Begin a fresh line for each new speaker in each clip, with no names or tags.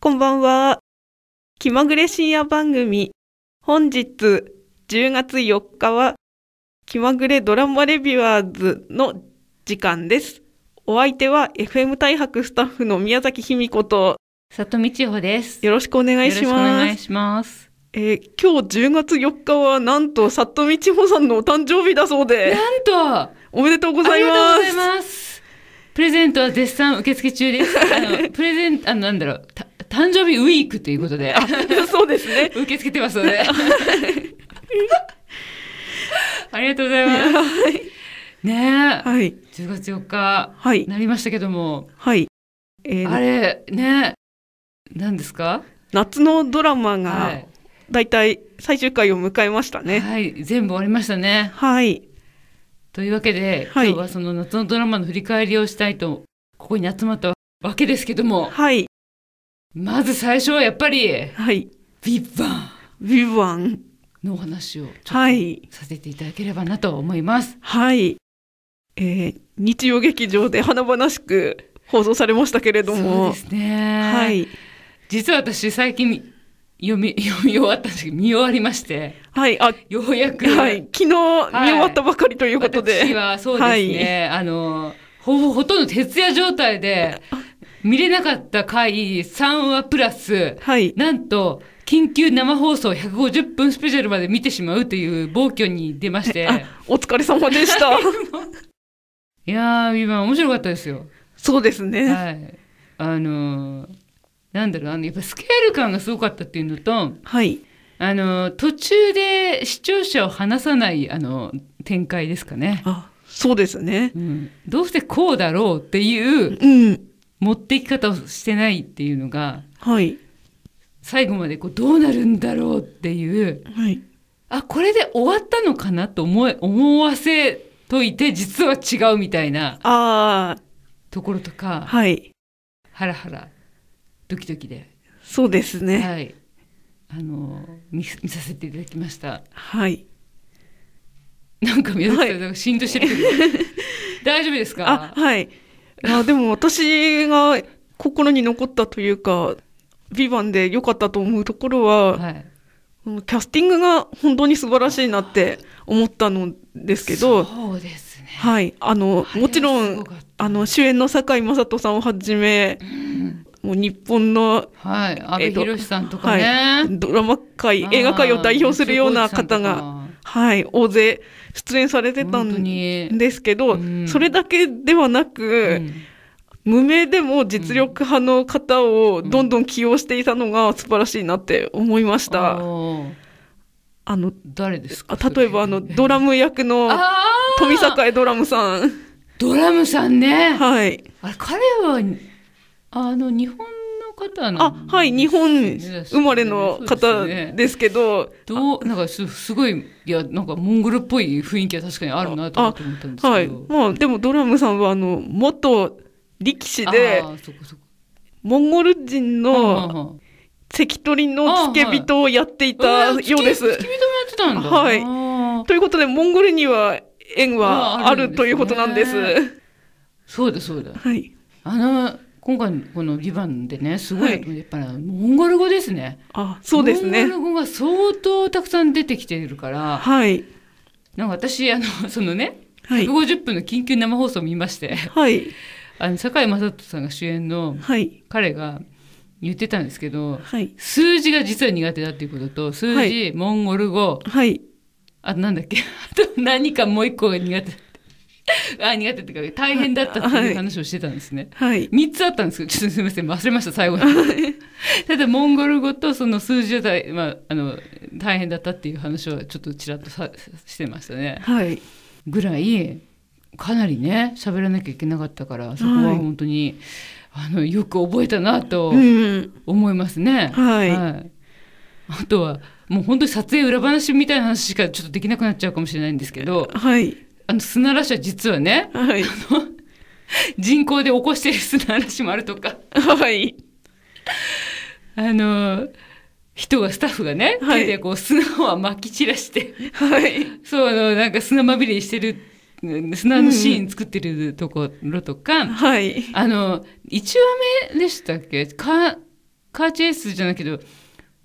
こんばんは。気まぐれ深夜番組。本日10月4日は気まぐれドラマレビュアーズの時間です。お相手は FM 大白スタッフの宮崎卑美子と
里見千穂です。
よろしくお願いし
よろしくお
ま
願
す
い。します。
えー今日10月4日はなんと里見千穂さんのお誕生日だそうで
なんとあ
おめでとうご
りが
ざい
とう
ま
ご
す
ざいます。プレゼントは絶賛受付中 です。あのプレゼントあのなんだろうた誕生日ウィークということで
そうですね
受け付けてますの で。ありがとうございます。ねえ、
はい
10月4日
はい
なりましたけども、
はい、えー
あれねえ何ですか？
夏のドラマ
は
が
い、
だいたい最終回を迎えましたね
はい、全部終わりましたね。
はい
というわけで、
はい
今日はその夏のドラマの振り返りをしたいとここに集まったわけですけども
はい
まず最初はやっぱり
はい
「ビッバン
ビブワン
のお話をちょっ
はい
とさせていただければなと思います。
はい、えー日曜劇場で華々しく放送されましたけれど
そう
も
ですね、
はい
実は私最近読み 読み終わったんですけど見終わりまして
はいあ
ようやく、
はい、昨日見終わったばかりということで、
私はそうですね、あのほぼほとんど徹夜状態で見れなかった回3話プラス
はい。
なんと、緊急生放送150分スペシャルまで見てしまうという暴挙に出まし て。
あ、お疲れ様でした。
いやー、今面白かったですよ。
そうですね。
はい。あのーなんだろう、あの、やっぱスケール感がすごかったっていうのと、
はい。
あのー途中で視聴者を離さない、あの、展開ですかね。
あ、そうですね。
うん。どうしてこうだろうっていう
うん。
持っていき方をしてないっていうのが、
はい。
最後までこう、どうなるんだろうっていう、
はい。
あこれで終わったのかなと思え思わせといて実は違うみたいな
あ
ところと
あ、
か
はい。
ハラハラドキドキで、
そうですね。
はい、あの見見させていただきました
はい。
なんか宮崎さん、
はい
なんかしんとして るけど大丈夫です
あ
か、
はい。あでも私が心に残ったというか、ビバンで良かったと思うところは、
はい、
キャスティングが本当に素晴らしいなって思ったのですけど、
そうですね
はい。あの、もちろ
あれはすご
ん、
かった
あの、主演の堺雅人さんをはじめ、もう日本の
はい阿
え
部
っと
寛さんとか
は
ね、
い、ドラマ界映画界を代表するような方が、はい、大勢出演されてた
本当
ん
に
ですけど、
うん
それだけではな
う
く、
ん
無名でも実力派の方をどんどん起用していたのが素晴らしいなって思いました。
おー
あの
誰ですか
あ例えばあのドラム役の
あー
富坂ドラムさ ん。
ドラムさんね
はい。
あれ彼はあの日本の方な
あ
の、
はい、日本生まれの
そ
方
うですよね
ですけど、
どうなんかすすごいいやなんかモンゴルっぽい雰囲気は確かにあるなと思って思ったんですけど
はい。まあでもドラムさんはあの、元力士で
あ、ーそこそこ
モンゴル人
は
の
あは
関取の付け人をやってい
あ
た
えー
ようです。
付き付き人もやってたんだ
はい
あー
ということで、モンゴルには縁は
あ
あ
あるん
る
ですね
ということなんです。
そうだそうだ
はい。
あの今回のこの「ビバンでねすごい
は
や
い
っぱりモンゴル語ですね
あ、そうですね
モ。ンゴル語が相当たくさん出てきてるから
はい。
なんか私あのそのね
はい。
150分の緊急生放送を見まして
はい。
あの堺雅人さんが主演の
はい。
彼が言ってたんですけど
はい。
数字が実は苦手だっていうことと数字、
はい
モンゴル語
はい。
あとなんだっけあと何かもう一個が苦手だってあ苦手っていうか大変だったって
はいいう
話をしてたんですね。
はい。
三つあったんですけど、ちょっとすみません、忘れました、最後に。ただ、モンゴル語とその数字が大,、まあ、あの大変だったっていう話をちょっとちらっとさしてましたね。
はい。
ぐらいかなりね喋らなきゃいけなかったからそこは本当に、あのよく覚えたなと
うん。
思いますね。
はい
あとはもう本当に撮影裏話みたいな話しかちょっとできなくなっちゃうかもしれないんですけど
はい。
あの砂嵐は実はね
はい。
人工で起こしてる砂嵐もあるとか
はい。
あの人がスタッフがね、
はい
手でこう砂をまき散らして
はい。
そうあのなんか砂まみれにしてる砂のシーン作ってるところとか、
はい。
あの、1話目でしたっけか、カーチェイスじゃないけど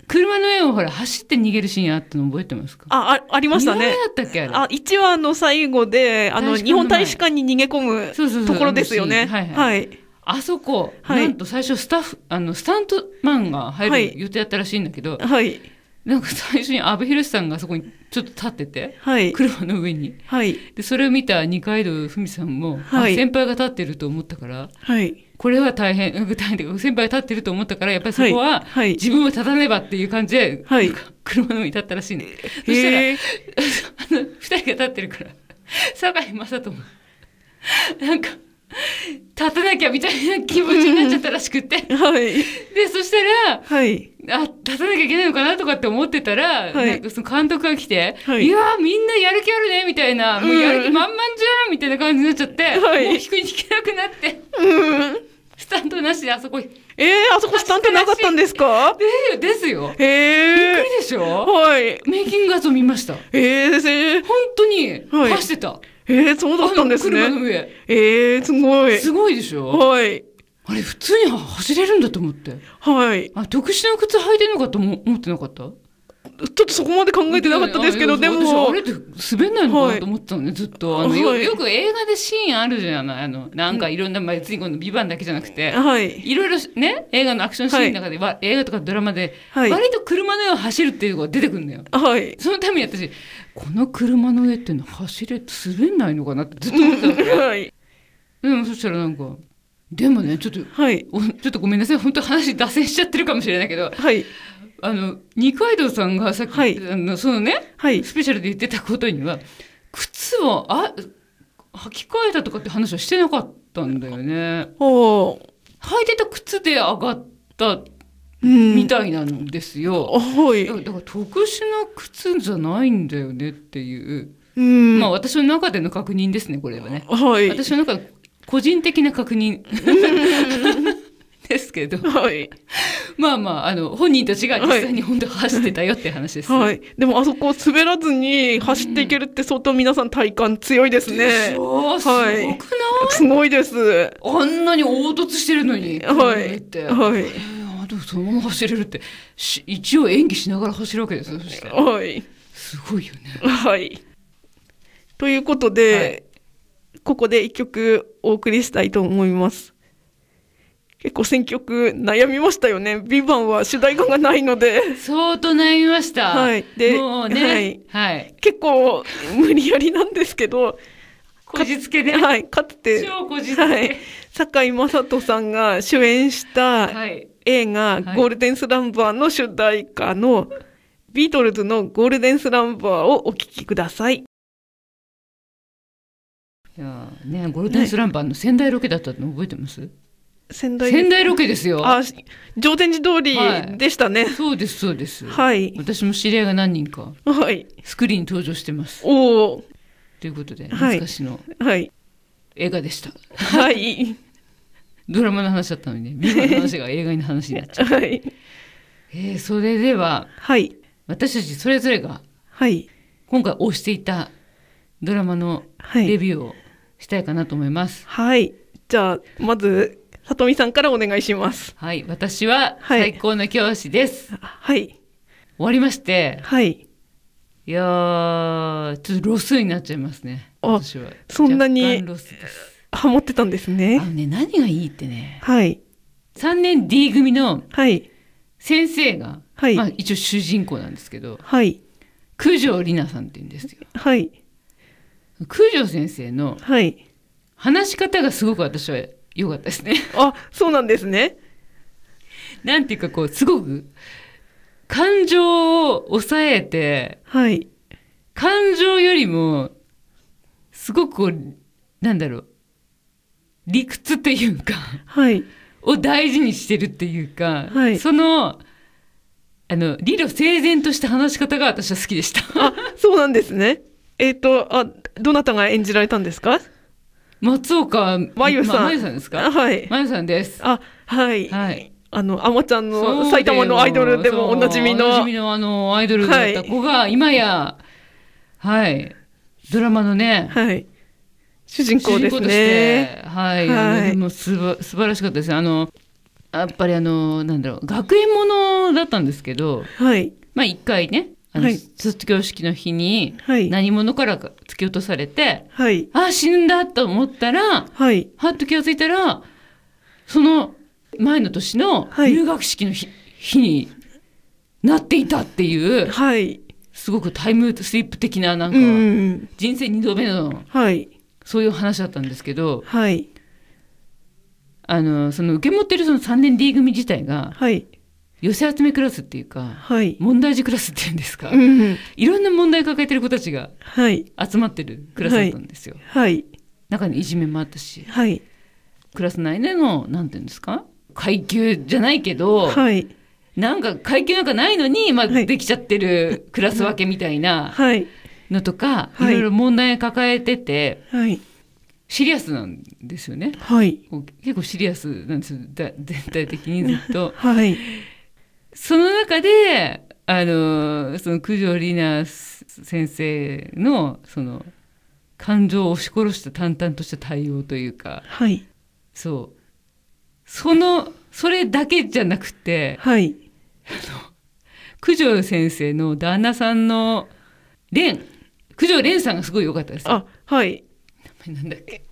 車の上をほら走って逃げるシーンあったの覚えてますか
あ、あありましたね
日。本だったっけあれ
あ、1話の最後で、あの、
大使館の前
日本大使館に逃げ込
そうそうそう
むところですよね。
あのシーンは
はい。
あそこ、
はい
なんと最初スタッフあのスタントマンが
は
入
い
る予定だったらしいんだけど、
はい。
なんか最初に阿部寛さんがそこにちょっと立ってて
はい。
車の上に
はい。
でそれを見た二階堂ふみさんも、あ
はい
先輩が立ってると思ったから
はい。
これは大変 うん大変っていうか先輩が立ってると思ったからやっぱりそこは
はい。
自分を立たねばっていう感じで、
はい
なんか車の上に立ったらしいねそしたら
へー
あの二人が立ってるから堺雅人もなんか立たなきゃみたいな気持ちになっちゃったらしくって
はい。
でそしたら
はい。
あ立たなきゃいけないのかなとかって思ってたら、
はい
なんかその監督が来て、
はい
い、やーみんなやる気あるねみたいな、もうやる気
うん
満々じゃんみたいな感じになっちゃって、
はい
もう引くに引けなくなって
うん。
スタンドなしであそこに
えー、あそこスタントなかったんですか
でですよ
へえ
いいでし
ー。
ょ
はい。
メイキング画像見ました
えー、せー
本当に
はい
走ってた、
えー、そうだったんです
あの車
ね。
の上
えー、すごい。
すごいでしょ
はい。
あれ普通に走れるんだと思って
はい。
あ特殊な靴履いてんのかとも思ってなかっ
ち
た
ょっとそこまで考えてなかったですけど、
いや
で
いや私
も
あれ。って滑んないのか
は
ないと思ってたのね、ずっとあのよ
はい
よく映画でシーンあるじゃないあのなんかいろんな、まあ別にこの「ビバンだけじゃなくて、
はい。
いろいろね映画のアクションシーンの中で、わ映画とかドラマで、
はい
割と車の上を走るっていうのが出てくるんだよ
はい。
そのために私この車の上ってのは走れ滑んないのかなってずっと思ってたの
はい。
でもそしたらなんかでもねちょっと
はい。
おちょっとごめんなさい本当話脱線しちゃってるかもしれないけど
はい。
あの二階堂さんがさっき、
はい
あのそのね
はい。
スペシャルで言ってたことには靴をあ履き替えたとかって話はしてなかったんだよね
おー。
履いてた靴で上がった
うん。
みたいなんですよ、
はい。
だからだから特殊な靴じゃないんだよねっていう、
うん。
まあ私の中での確認ですねこれはね
はい。
私の中で個人的な確認 ですけど
はい。
まあまああの本人たちが実際に本当走ってたよって話です、
はい。でもあそこ滑らずに走っていけるって相当皆さん体感強いですね。
そうすごく
は
ないい、
すごいです。
あんなに凹凸してるの に。
は
っ
い
て。。
はい。
えーあでもそのまま走れるってし一応演技しながら走るわけですよそして
はい。
すごいよね
はい。ということで、ここで一曲お送りしたいと思います。結構選曲悩みましたよね。ビバンは主題歌がないので、
相当悩みました
はいで
もうねはい、
結構無理やりなんですけど、
こじつけで、
はい、かつて、
超こじつけ
はい、堺雅人さんが主演した
はい
映画「
はい
ゴールデンスランバー」の主題歌のビートルズの「ゴールデンスランバー」をお聴きください。
いやーねゴールデンスランバーの仙台ロケだったの覚えてます、
仙台
仙台ロケですよ
あ、上天寺通りでしたね。
そうですそうです、
はい。
私も知り合いが何人か
はい。
スクリーンに登場してます
おお。
ということで
はい
懐かしの
はい。
映画でした、
はい。
ドラマの話だったのにねビバの話が映画の話になっちゃう
はい。
えーそれでは
はい。
私たちそれぞれが
はい。
今回推していたドラマの
は
レ
い。
ビューをしたいかなと思います。
はい。じゃあ、まず、さとみさんからお願いします。
はい、私は
はい
最高の教師です。
はい。
終わりまして、
はい。
いやー、ちょっとロスになっちゃいますね。
あ
私は。
そんなに
若干ロスです。
ハモってたんです
あ
ね
の。ね、何がいいってね、
はい。
3年 D 組の
はい。
先生が、
はい
まあ一応主人公なんですけど、
はい。
九条里奈さんって言うんですよ。
はい。
九条先生の
はい。
話し方がすごく私は良かったですね。
あ、そうなんですね。
なんていうかこう、すごく、感情を抑えて、
はい。
感情よりも、すごくこう、なんだろう、理屈というか、
はい。
を大事にしてるっていうか、
はい
その、あの、理路整然とした話し方が私は好きでした。
あ、そうなんですね。えっ、と、あ、どなたが演じられたんですか
松岡
まゆさん
まゆさんです
あ
か
はい。
まゆさんです。
あ、はい。
はい。
あの、あまちゃん
そうだ
の
よ
埼玉のアイドルでもおなじみの。
そうおなじみのあの、アイドルだった子が、今や、はい、ドラマのね、
はい。主人公です
主人公とし
ね。
てはい、
はい
あのでもすば素晴らしかったですねあのやっぱりあのなんだろう学園ものだったんですけど
はい。
まあ一回ねあの、
はい
卒業式の日に
はい
何者からか突き落とされて、
はい。
あ死んだと思ったら
はい。
はっと気がついたらその前の年の
はい
入学式の日,、日になっていたっていう
はい。
すごくタイムスリップ的ななん
う
か、
んうん。
人生2度目の
はい。
そういう話だったんですけど
はい。
あのその受け持ってるその3年 D 組自体が
はい。
寄せ集めクラスっていうか
はい。
問題児クラスっていうんですか、
うんうん。
いろんな問題抱えてる子たちが
はい。
集まってるクラスだったんですよ。
はい。
中にいじめもあったし
はい。
クラス内でのなんていうんですか階級じゃないけど、
はい。
なんか階級なんかないのに、まあ、
はい
できちゃってるクラス分けみたいな
はい。
のとか、
はい
いろいろ問題抱えてて
はい。
シリアスなんですよね。
はい。。
こう結構シリアスなんですよだ全体的にずっと
はい。
その中であのその九条里奈先生のその感情を押し殺した淡々とした対応というか
はい。
そうそのそれだけじゃなくて
はい。
九条先生の旦那さんの蓮九条蓮さんがすごい良かったですよ。
あ、はい。
名前なんだっけ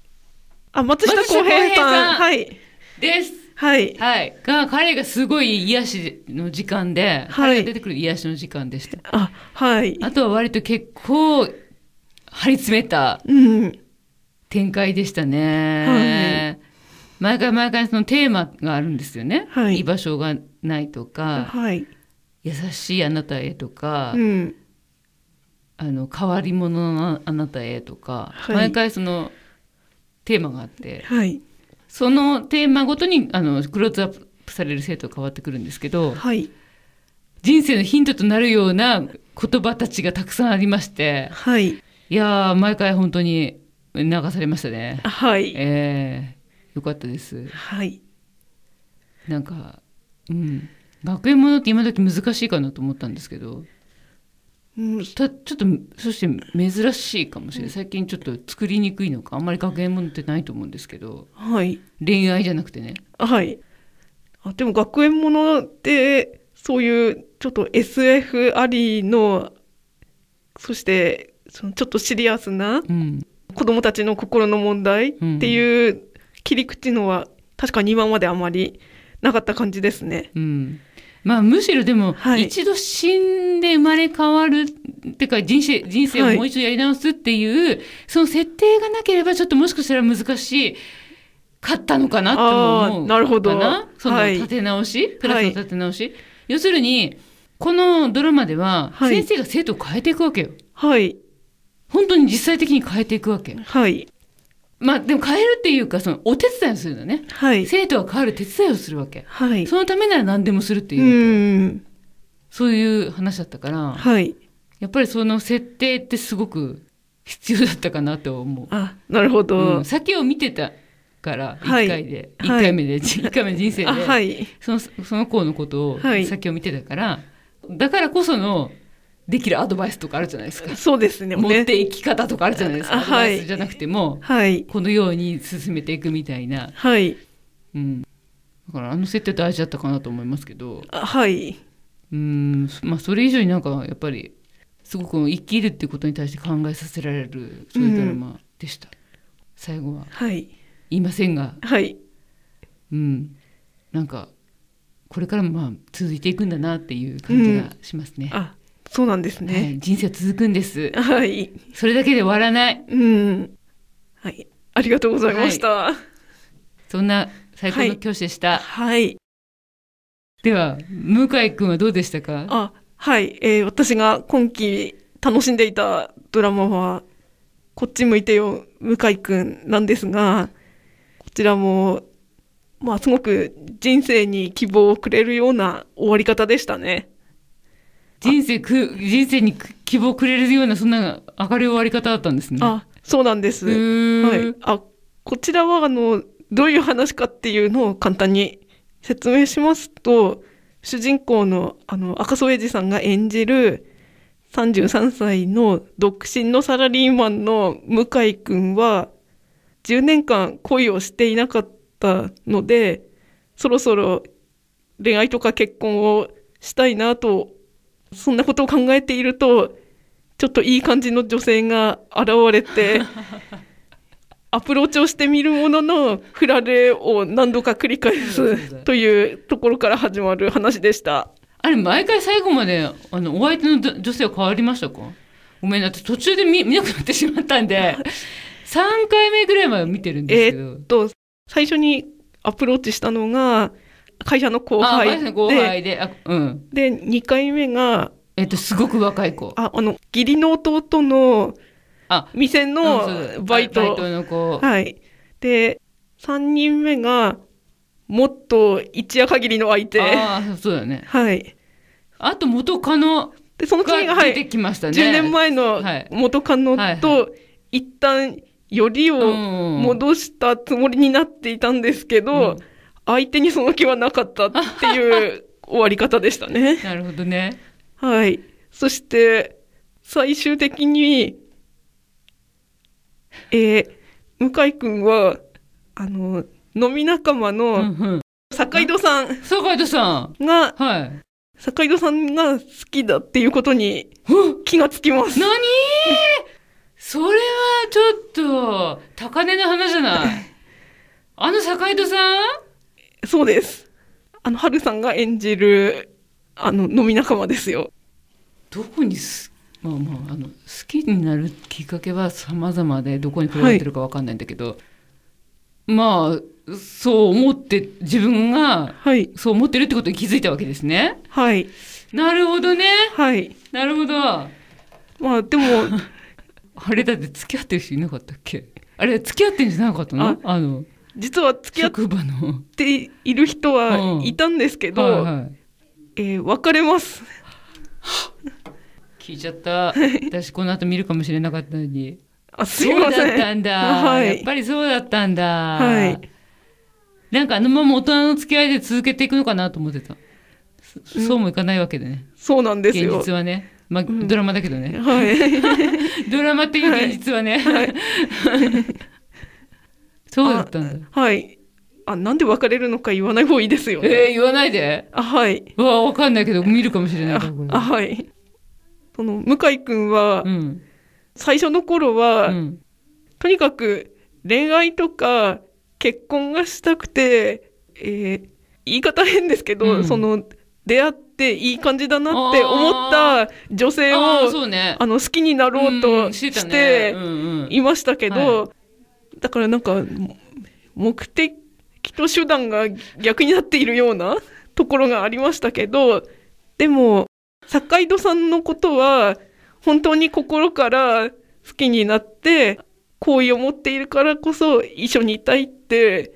あ、松下洸平さん。はい。
です
はい。
はい、が彼がすごい癒しの時間で、
はい
彼が出てくる癒しの時間でした
あ、はい。
あとは割と結構張り詰めた
うん。
展開でしたね、毎回毎回そのテーマがあるんですよね、
はい
居場所がないとか
はい。
優しいあなたへとか、
うん。
あの変わり者のあなたへとか、
はい
毎回そのテーマがあって
はい。
そのテーマごとにあのクローズアップされる生徒が変わってくるんですけど、
はい。
人生のヒントとなるような言葉たちがたくさんありまして
はい。
いやー毎回本当に流されましたね
はい。
ええよかったです
はい。
なんかうん学園ものって今時難しいかなと思ったんですけど
うん、
たちょっとそして珍しいかもしれない最近ちょっと作りにくいのかあんまり学園ものってないと思うんですけど
はい。
恋愛じゃなくてね
はい。あ、でも学園ものって、そういうちょっと SF ありの、そして、そのちょっとシリアスな
うん
子供たちの心の問題っていう切り口のは、確かに今まであまりなかった感じですね。
うんまあむしろでも、
はい
一度死んで生まれ変わるってか人生人生をもう一度やり直すっていう、その設定がなければちょっともしかしたら難しいかったのかなっても思う
あー
か
なるほど
その
はい
立て直し、クラス
は
の
い
立て直し、要するにこのドラマでは
はい
先生が生徒を変えていくわけよ。
はい。
本当に実際的に変えていくわけ。
はい。
まあでも変えるっていうかそのお手伝いをするのね。
はい。
生徒が変わる手伝いをするわけ。
はい。
そのためなら何でもするっていうう。
ん。
そういう話だったから、
はい。
やっぱりその設定ってすごく必要だったかなと思う。
あ、なるほど。
うん、先を見てたから、一
はい
回で、一
はい
回目で、一回目の人生で、
あ、はい。
その、その子のことを
はい
先を見てたから、だからこそのできるアドバイスとかあるじゃないですか。
そうですね。
持っ
ね
ていき方とかあるじゃないですか。
あ
アドバ
はい
イスじゃなくても、
はい。
このように進めていくみたいな。
はい。
うん。だからあの設定大事だったかなと思いますけど。
あはい。
うーんまあそれ以上になんかやっぱりすごく生きるってことに対して考えさせられるそういうドラマでした、最後は
はい。
言いませんが
はい。
うんなんかこれからもまあ続いていくんだなっていう感じがしますね,、
あ、そうなんです
は
ね。
い、人生は続くんです
はい。
それだけで終わらない
うん。はい。ありがとうございました。
そんな最高
は
の
い
教師でした、
はい。
では向井君はどうでしたか
あ、はい。えー私が今期楽しんでいたドラマは、こっち向いてよ、向井くんなんですが、こちらも、まあ、すごく人生に希望をくれるような終わり方でしたね。
人生く人生にく希望をくれるようなそんな明るい終わり方だったんですね
あ、そうなんです。
うー
はい
ん、、
あこちらはあのどういう話かっていうのを簡単に説明しますと主人公のあの赤楚衛二さんが演じる33歳の独身のサラリーマンの向井くんは10年間恋をしていなかったのでそろそろ恋愛とか結婚をしたいなと、そんなことを考えていると、ちょっといい感じの女性が現れ て、アプローチをしてみるものの、振られを何度か繰り返すというところから始まる話でした。
あれ、毎回最後まで、あの、お相手のど女性は変わりましたかごめんなって、途中で見見なくなってしまったんで、3回目ぐらいまで見てるんです
え
けど。
ーっと、最初にアプローチしたのが、会社の後
あ、
輩
前の後輩で、あうん。
で、で、2回目が、
えっと、すごく若い子。
あ、あの、義理の弟の
あ、
店
うんそう
のバイ
バイ
ト。
トの子。
はい。で、3人目が、もっと一夜限りの相手。
ああ、そうだね。
はい。
あと、元カノ
で、その次が、
が
は
出
い、
てきましたね。
10年前の
はい
元カノ
はいは
と、一旦、よりを
うん
戻したつもりになっていたんですけど、
うん
相手にその気はなかったって いう終わり方でしたね。
なるほどね。
はい。そして、最終的に、えー向井くんは、あの、飲み仲間
うん
の
うん。
坂井戸さん
坂井戸さ
が、
ん。 はい。
坂井戸さんが好きだっていうことに気がつきます。
何それはちょっと、高値の話じゃない。あの坂井戸さん
そうです。あの、春さんが演じる、あの、飲み仲間ですよ。
どこにす、まあまあ、あの、好きになるきっかけは様々で、どこに比べてるかわかんないんだけど、まあ、そう思って、自分が、
はい。
そう思ってるってことに気づいたわけですね。
はい。
なるほどね。
はい。
なるほど。
まあ、で も、
あれだって付き合ってる人いなかったっけあれ付き合ってんじゃなかったのあ
あ
の、
実は付き合っ
職場の。
ている人はいたんですけど、
はいはい
えー別れます。
聞いちゃった。私この後見るかもしれなかったのに。
あ、すい
そう
ま
だっ
せん。
たんだ。
は
やっ
い。
ぱりそうだったんだ。
はい。
なんかあのまま大人の付き合いで続けていくのかなと思ってた。そそうもいかないわけでね。
そうなんです
現
よ。
実はね。まあ、ドラマだけどね。
はい。
ドラマっていう現実はね。 そうだったんだ。
あはい。あ、なんで別れるのか言わない方がいいですよね。
えー、言わないで。
あ、はい。
うわ、わかんないけど、見るかもしれないからこれ
あ、はい。その、向井くんは、
うん。
最初の頃
う
は、
ん。
とにかく恋愛とか結婚がしたくて、えー言い方変ですけど、
うん
その、出会っていい感じだなって思った女性を、
ああ、
あ
そうね。
の、好きになろう
う
と
ん
して、
たねうんうん
いましたけど、
は
だからなんか目的と手段が逆になっているようなところがありましたけどでも坂井戸さんのことは本当に心から好きになって好意を持っているからこそ一緒にいたいって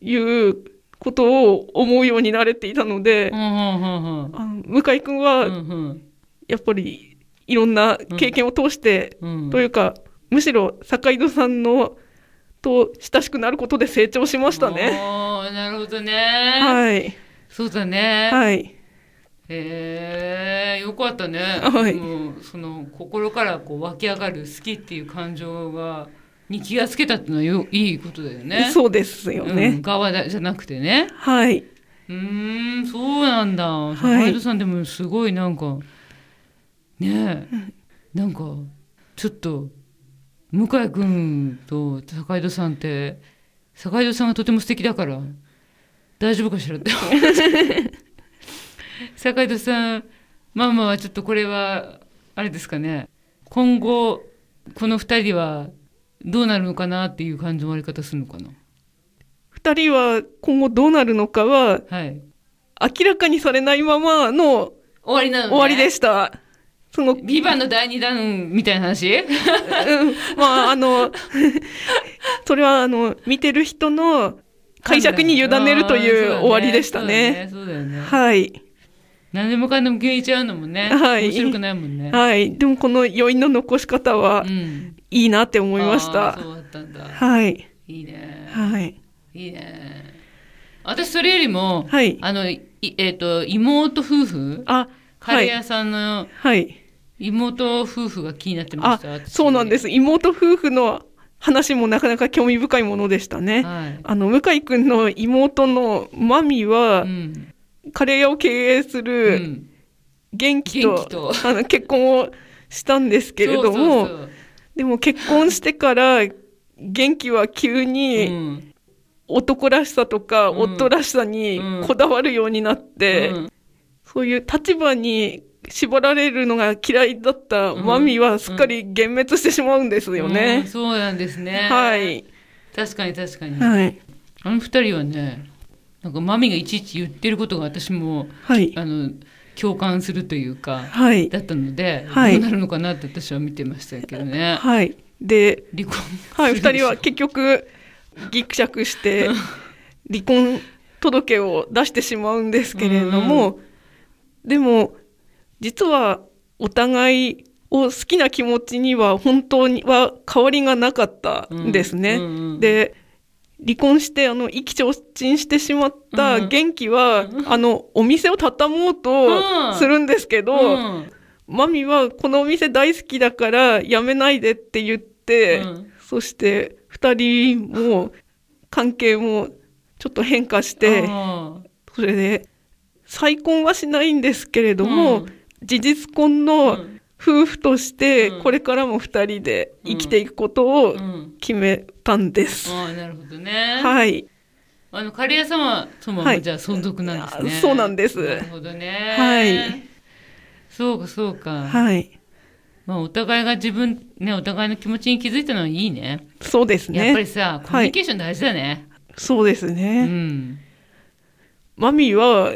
いうことを思うようになれていたので
う、んうんうん
あの向井君は
うんうん
やっぱりいろんな経験を通して
うん
というか、むしろ坂井戸さんのと親しくなることで成長しましたね。
おーなるほどね。
はい。
そうだね。
はい。
へえ、よかったね。
はい
もうその心からこう湧き上がる好きっていう感情がに気がつけたっていうのはよいいことだよね。
そうですよ
う
ね
ん、。側だじゃなくてね。
はい。
うーん、そうなんだ。
い
坂井戸さんでもすごいなんか、ねえ、なんか、ちょっと、向井君と坂井戸さんって、坂井戸さんがとても素敵だから、大丈夫かし らって思って。坂井戸さん、まあまあ、ちょっとこれは、あれですかね、今後、この二人は、どうなるのかなっていう感じの終わり方するのかな。
二人は今後どうなるのかは
はい。
明らかにされないままの
終わりなのね。
終わりでした。その、
ビバンの第二弾みたいな話
うんまあ、あの、 それはあの、見てる人の解釈に委ねるという終わりでしたね。。
そうだよね。
はい。
何でもかんでも消えちゃうのもね。
はい
面白くないもんね。
はい。でもこの余韻の残し方は
うん。
いいなって思いまし
あ
た
ー。そうだったんだ。
はい。
いいね。
はい。
いいね。私それよりも、
はい
あの、いえっ、と、妹夫婦、
あ、
カ
は
レー
い。
屋さんの
はい。
妹夫婦が気になってま
あ
した。、私
そうなんです。妹夫婦の話もなかなか興味深いものでしたね。
はい
あの向井くんの妹のマミは、
うん
カレー屋を経営す
う
る
ん
元気と,、
元気と
あの結婚をしたんですけれども
そうそう
でも結婚してから元気は急
そう
に
うん
男らしさとか
うん
夫らしさに
うん
こだわるようになって、
うん
そういう立場に縛られるのが嫌いだったマミはすっかり幻滅してしまうんですよ
うん
ね。
そうなんですね
はい、
確かに確かに、
はい、
あの二人はねなんかマミがいちいち言ってることが私も
はい、
あの共感するというか
はい、
だったので、
はい
どうなるのかなって私は見てましたけどね
はい、で、
離婚
はい、
する
2
でし
人
ょ
は結局ぎくしゃくして離婚届を出してしまうんですけれども、でも実はお互いを好きな気持ちには本当には変わりがなかったんですね。
うんうんうん
で離婚してあの意気消沈してしまった元気は、あのお店を畳もう
うん
とするんですけど、
うん
マミはこのお店大好きだからやめないでって言って、
うん
そして2人も関係もちょっと変化して
あ
それで再婚はしないんですけれども、
うん
事実婚
ー
の夫婦として
うん
これからも2人で生きていくことを
うんうん
決めたんです。
あーなるほどね、
はい、
あのカレー屋様様
は
も
い
じゃあ存続なんですね、
あそうなんです
なるほどね
はい
そうかそうか、
はい、
まあお互いが自分ねお互いの気持ちに気づいたのはいいね
そうです
やっぱり
ね。
さコミュニケーション大事だね、
そうですね。
うん
マミは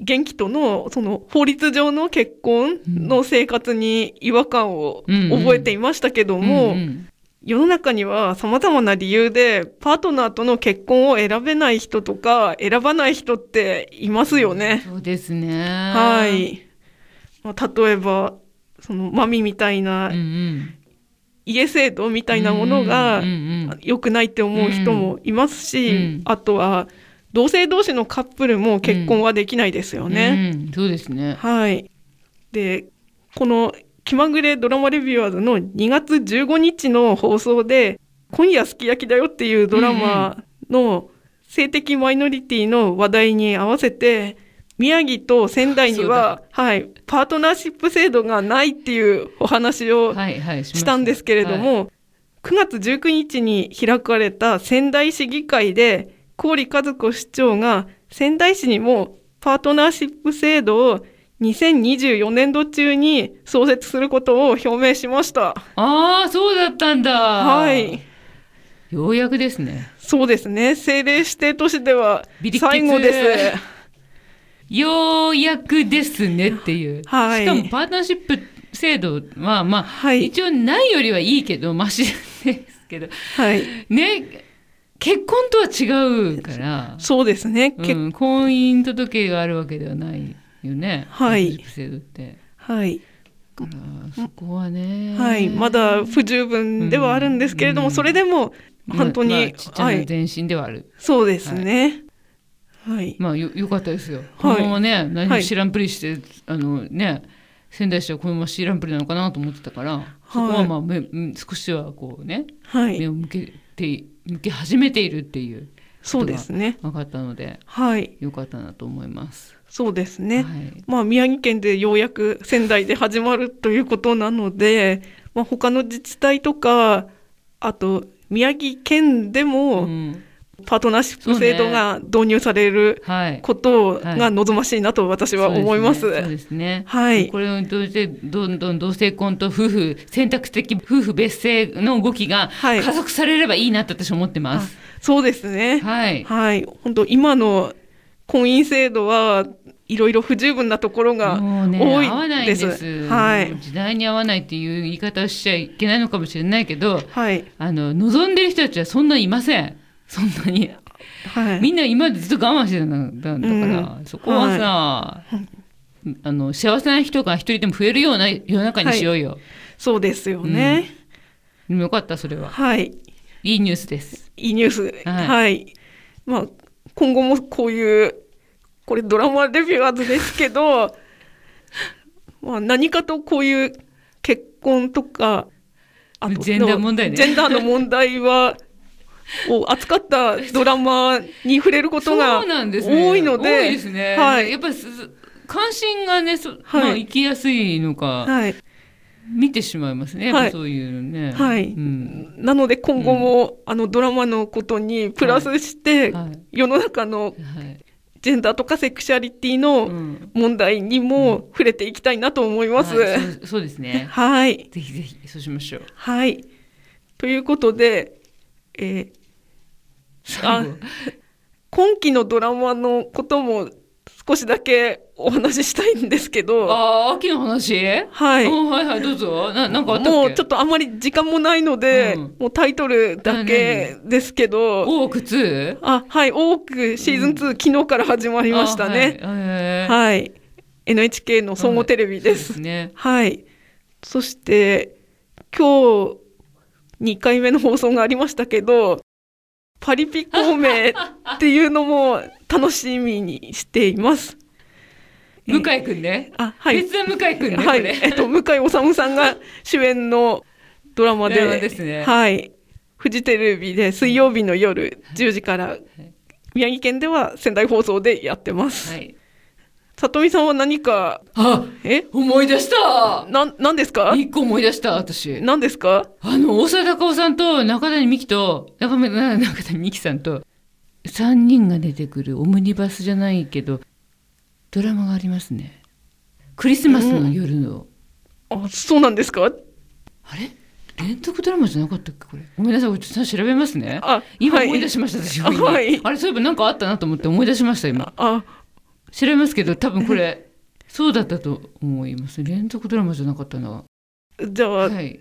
元気とのその法律上の結婚の生活に違和感を覚えていましたけども、
うんうん
世の中には様々な理由でパートナーとの結婚を選べない人とか選ばない人っていますよね。
そうですね
は、い、まあ、例えばそのマミみたいな
うんうん、み
家制度みたいなものが、
うんうんうん
良くないって思う人もいますし、
うん
あとは同性同士のカップルも結婚はできないですよね。
うんそうですね
はい。で、この気まぐれドラマレビュアーズの2月15日の放送で、今夜すき焼きだよっていうドラマの性的マイノリティの話題に合わせて、宮城と仙台には、はい、パートナーシップ制度がないっていうお話を
はいはいま
したんですけれども、9月19日に開かれた仙台市議会で郡和子市長が仙台市にもパートナーシップ制度を2024年度中に創設することを表明しました。
ああそうだったんだ
はい。
ようやくですね
そうですね。政令指定都市では
ビリケツ
最後です。
ようやくですねっていう、
はい
しかもパートナーシップ制度はまあ、
はい
一応ないよりはいいけどマシですけど
はい。
ね結婚とは違うから、
そうですね。け
うん、婚姻届があるわけではないよね、
はい
パートナーシップ制度って
はい。
だからそこはね、
はい。まだ不十分ではあるんですけれども、
うん
それでも本当に、
まあまあちっちゃ
は。
ない前進ではある、
そうですね。はい。
まあよよかったですよ、こ
はい
のままね
は
何も
い
知らんぷりして、あのね仙台市はこのまま知らんぷりなのかなと思ってたから、そこはまあめうん少しはこうね
はい
目。を向けて向け始めているっていう
そうですね。
分かったので
はい。
よかったなと思います。
そうですね。
はい、
まあ、宮城県でようやく仙台で始まるということなので、まあ、他の自治体とか、あと、宮城県で
う
も、
ん
パートナーシップ制度が導入される
はい、
こと
はい
が望ましいなと私は思いま
そう
す。
ですねそうですね
はい
これを通じてどんどん同性婚と夫婦選択的夫婦別姓の動きが
はい
加速されればいいなって私は思ってま
あ
す。
そうですね。
はい、
はい。本当今の婚姻制度はいろいろ不十分なところが
もうね
多
合わないいん
で。
ですす、
はい。
時代に合わないっていう言い方をしちゃいけないのかもしれないけど
はい。
あの望んでる人たちはそんなにいませんそんなに
はい。
みんな今までずっと我慢してたんだから、
うん
そこはさ、あの幸せな人が一人でも増えるような世の中にしようよ、
そうですよね。
でもよかったそれは
はい。
いいニュースです
いいニュース。
は
はいい。まあ、今後もこういう、これドラマレビュアーズですけど、 まあ何かとこういう結婚とか、あと
ジェンダー問題ね
ジェンダーの問題はを扱ったドラマに触れることが
そうなんですね
多いので
多いですね、
はい
やっぱりすす関心がね、そ
はい
まあ、行きやすいのか、
はい、
見てしまいますね、やっ
は
ぱ
い
そういうのね。
はい
うん
なので今後も、あのドラマのことにプラスして、
はい
世の中の
はい
ジェンダーとかセクシャリティの
ん
問題にも触れていきたいなと思います。
はいそうそうですね。
はい
ぜひぜひそうしましょう。
はい。ということで、えー
最後
今期のドラマのことも少しだけお話ししたいんですけど、
ああー秋の話。
はい。
おはいはいどうぞ。ななんかあったっけ。
もうちょっとあまり時間もないので、
うん
もうタイトルだけですけど、
お靴。
あ、はい、多くシーズン2、昨日から始まりましたね。
あ。はいえー
はい、NHK の総合テレビで
そう
す。
ね。
はい。そして、今日2回目の放送がありましたけど、パリピ孔明っていうのも楽しみにしています。
向井くんね。
あ、はい。
別の向井くんね。
はい。
これ
えっと、向井治さんが主演のドラマで、
ドラマですね
はい。フジテレビで水曜日の夜10時から、宮城県では仙台放送でやってます。
はい。
里見さんは何か、
あ
え
思い出した。
なん、なんですか
一個思い出した私。
なんですか
あの、大沢たかおさんと中谷美紀と、中谷な中谷美紀さんと、3人が出てくるオムニバスじゃないけど、ドラマがありますね。クリスマスの夜の。
あ、そうなんですか
あれ連続ドラマじゃなかったっけこれ。ごめんなさい、ちょっと調べますね。
あ
今
はい
思い出しました、私
あはい
あれ、そういえばなんかあったなと思って思い出しました、今。
あ、
調べますけど、多分これ、そうだったと思います。連続ドラマじゃなかったな。
じゃあ、
はい。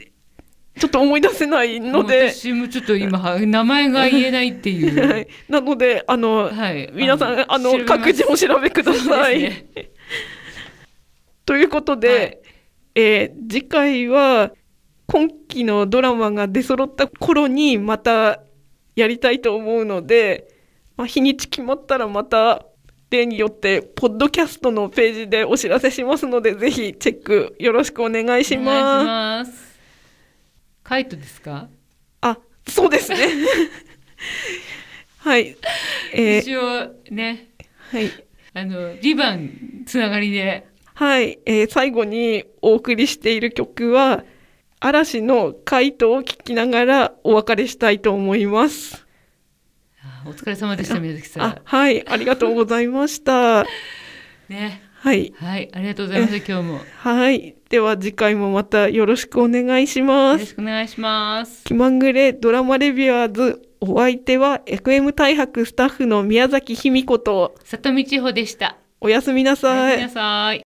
ちょっと思い出せないので、
私もちょっと今、は名前が言えないっていう。
はいなので、あの、
はい、
皆さん、あ
調
の、
べます
各自お調べ ください。
そうですね
ということで、えー次回は、今期のドラマが出揃った頃に、またやりたいと思うので、まあ、日にち決まったらまた、例によって、ポッドキャストのページでお知らせしますので、ぜひチェックよろしくお願いし
お願いし
ます。
ます。カイトですか？
あ、そうですね。はい。えー
一応ね、
はい。
あのリバンつながりで、
はい、えー最後にお送りしている曲は嵐の回答を聞きながらお別れしたいと思います。
あお疲れ様でした宮崎
あ
さ、
はい、ありがとうございました。
ん。ね、
はい、
はい、ありがとうございます。今日もよ
はい、では次回もまたよろしくお願いしま
ろ
す。
しくお願いします。
気まぐれドラマレビュアーズお相手は FM 大白スタッフの宮崎卑美子と
里見千穂でした。
おやすみな
おや
さ
す
い
みな。さい。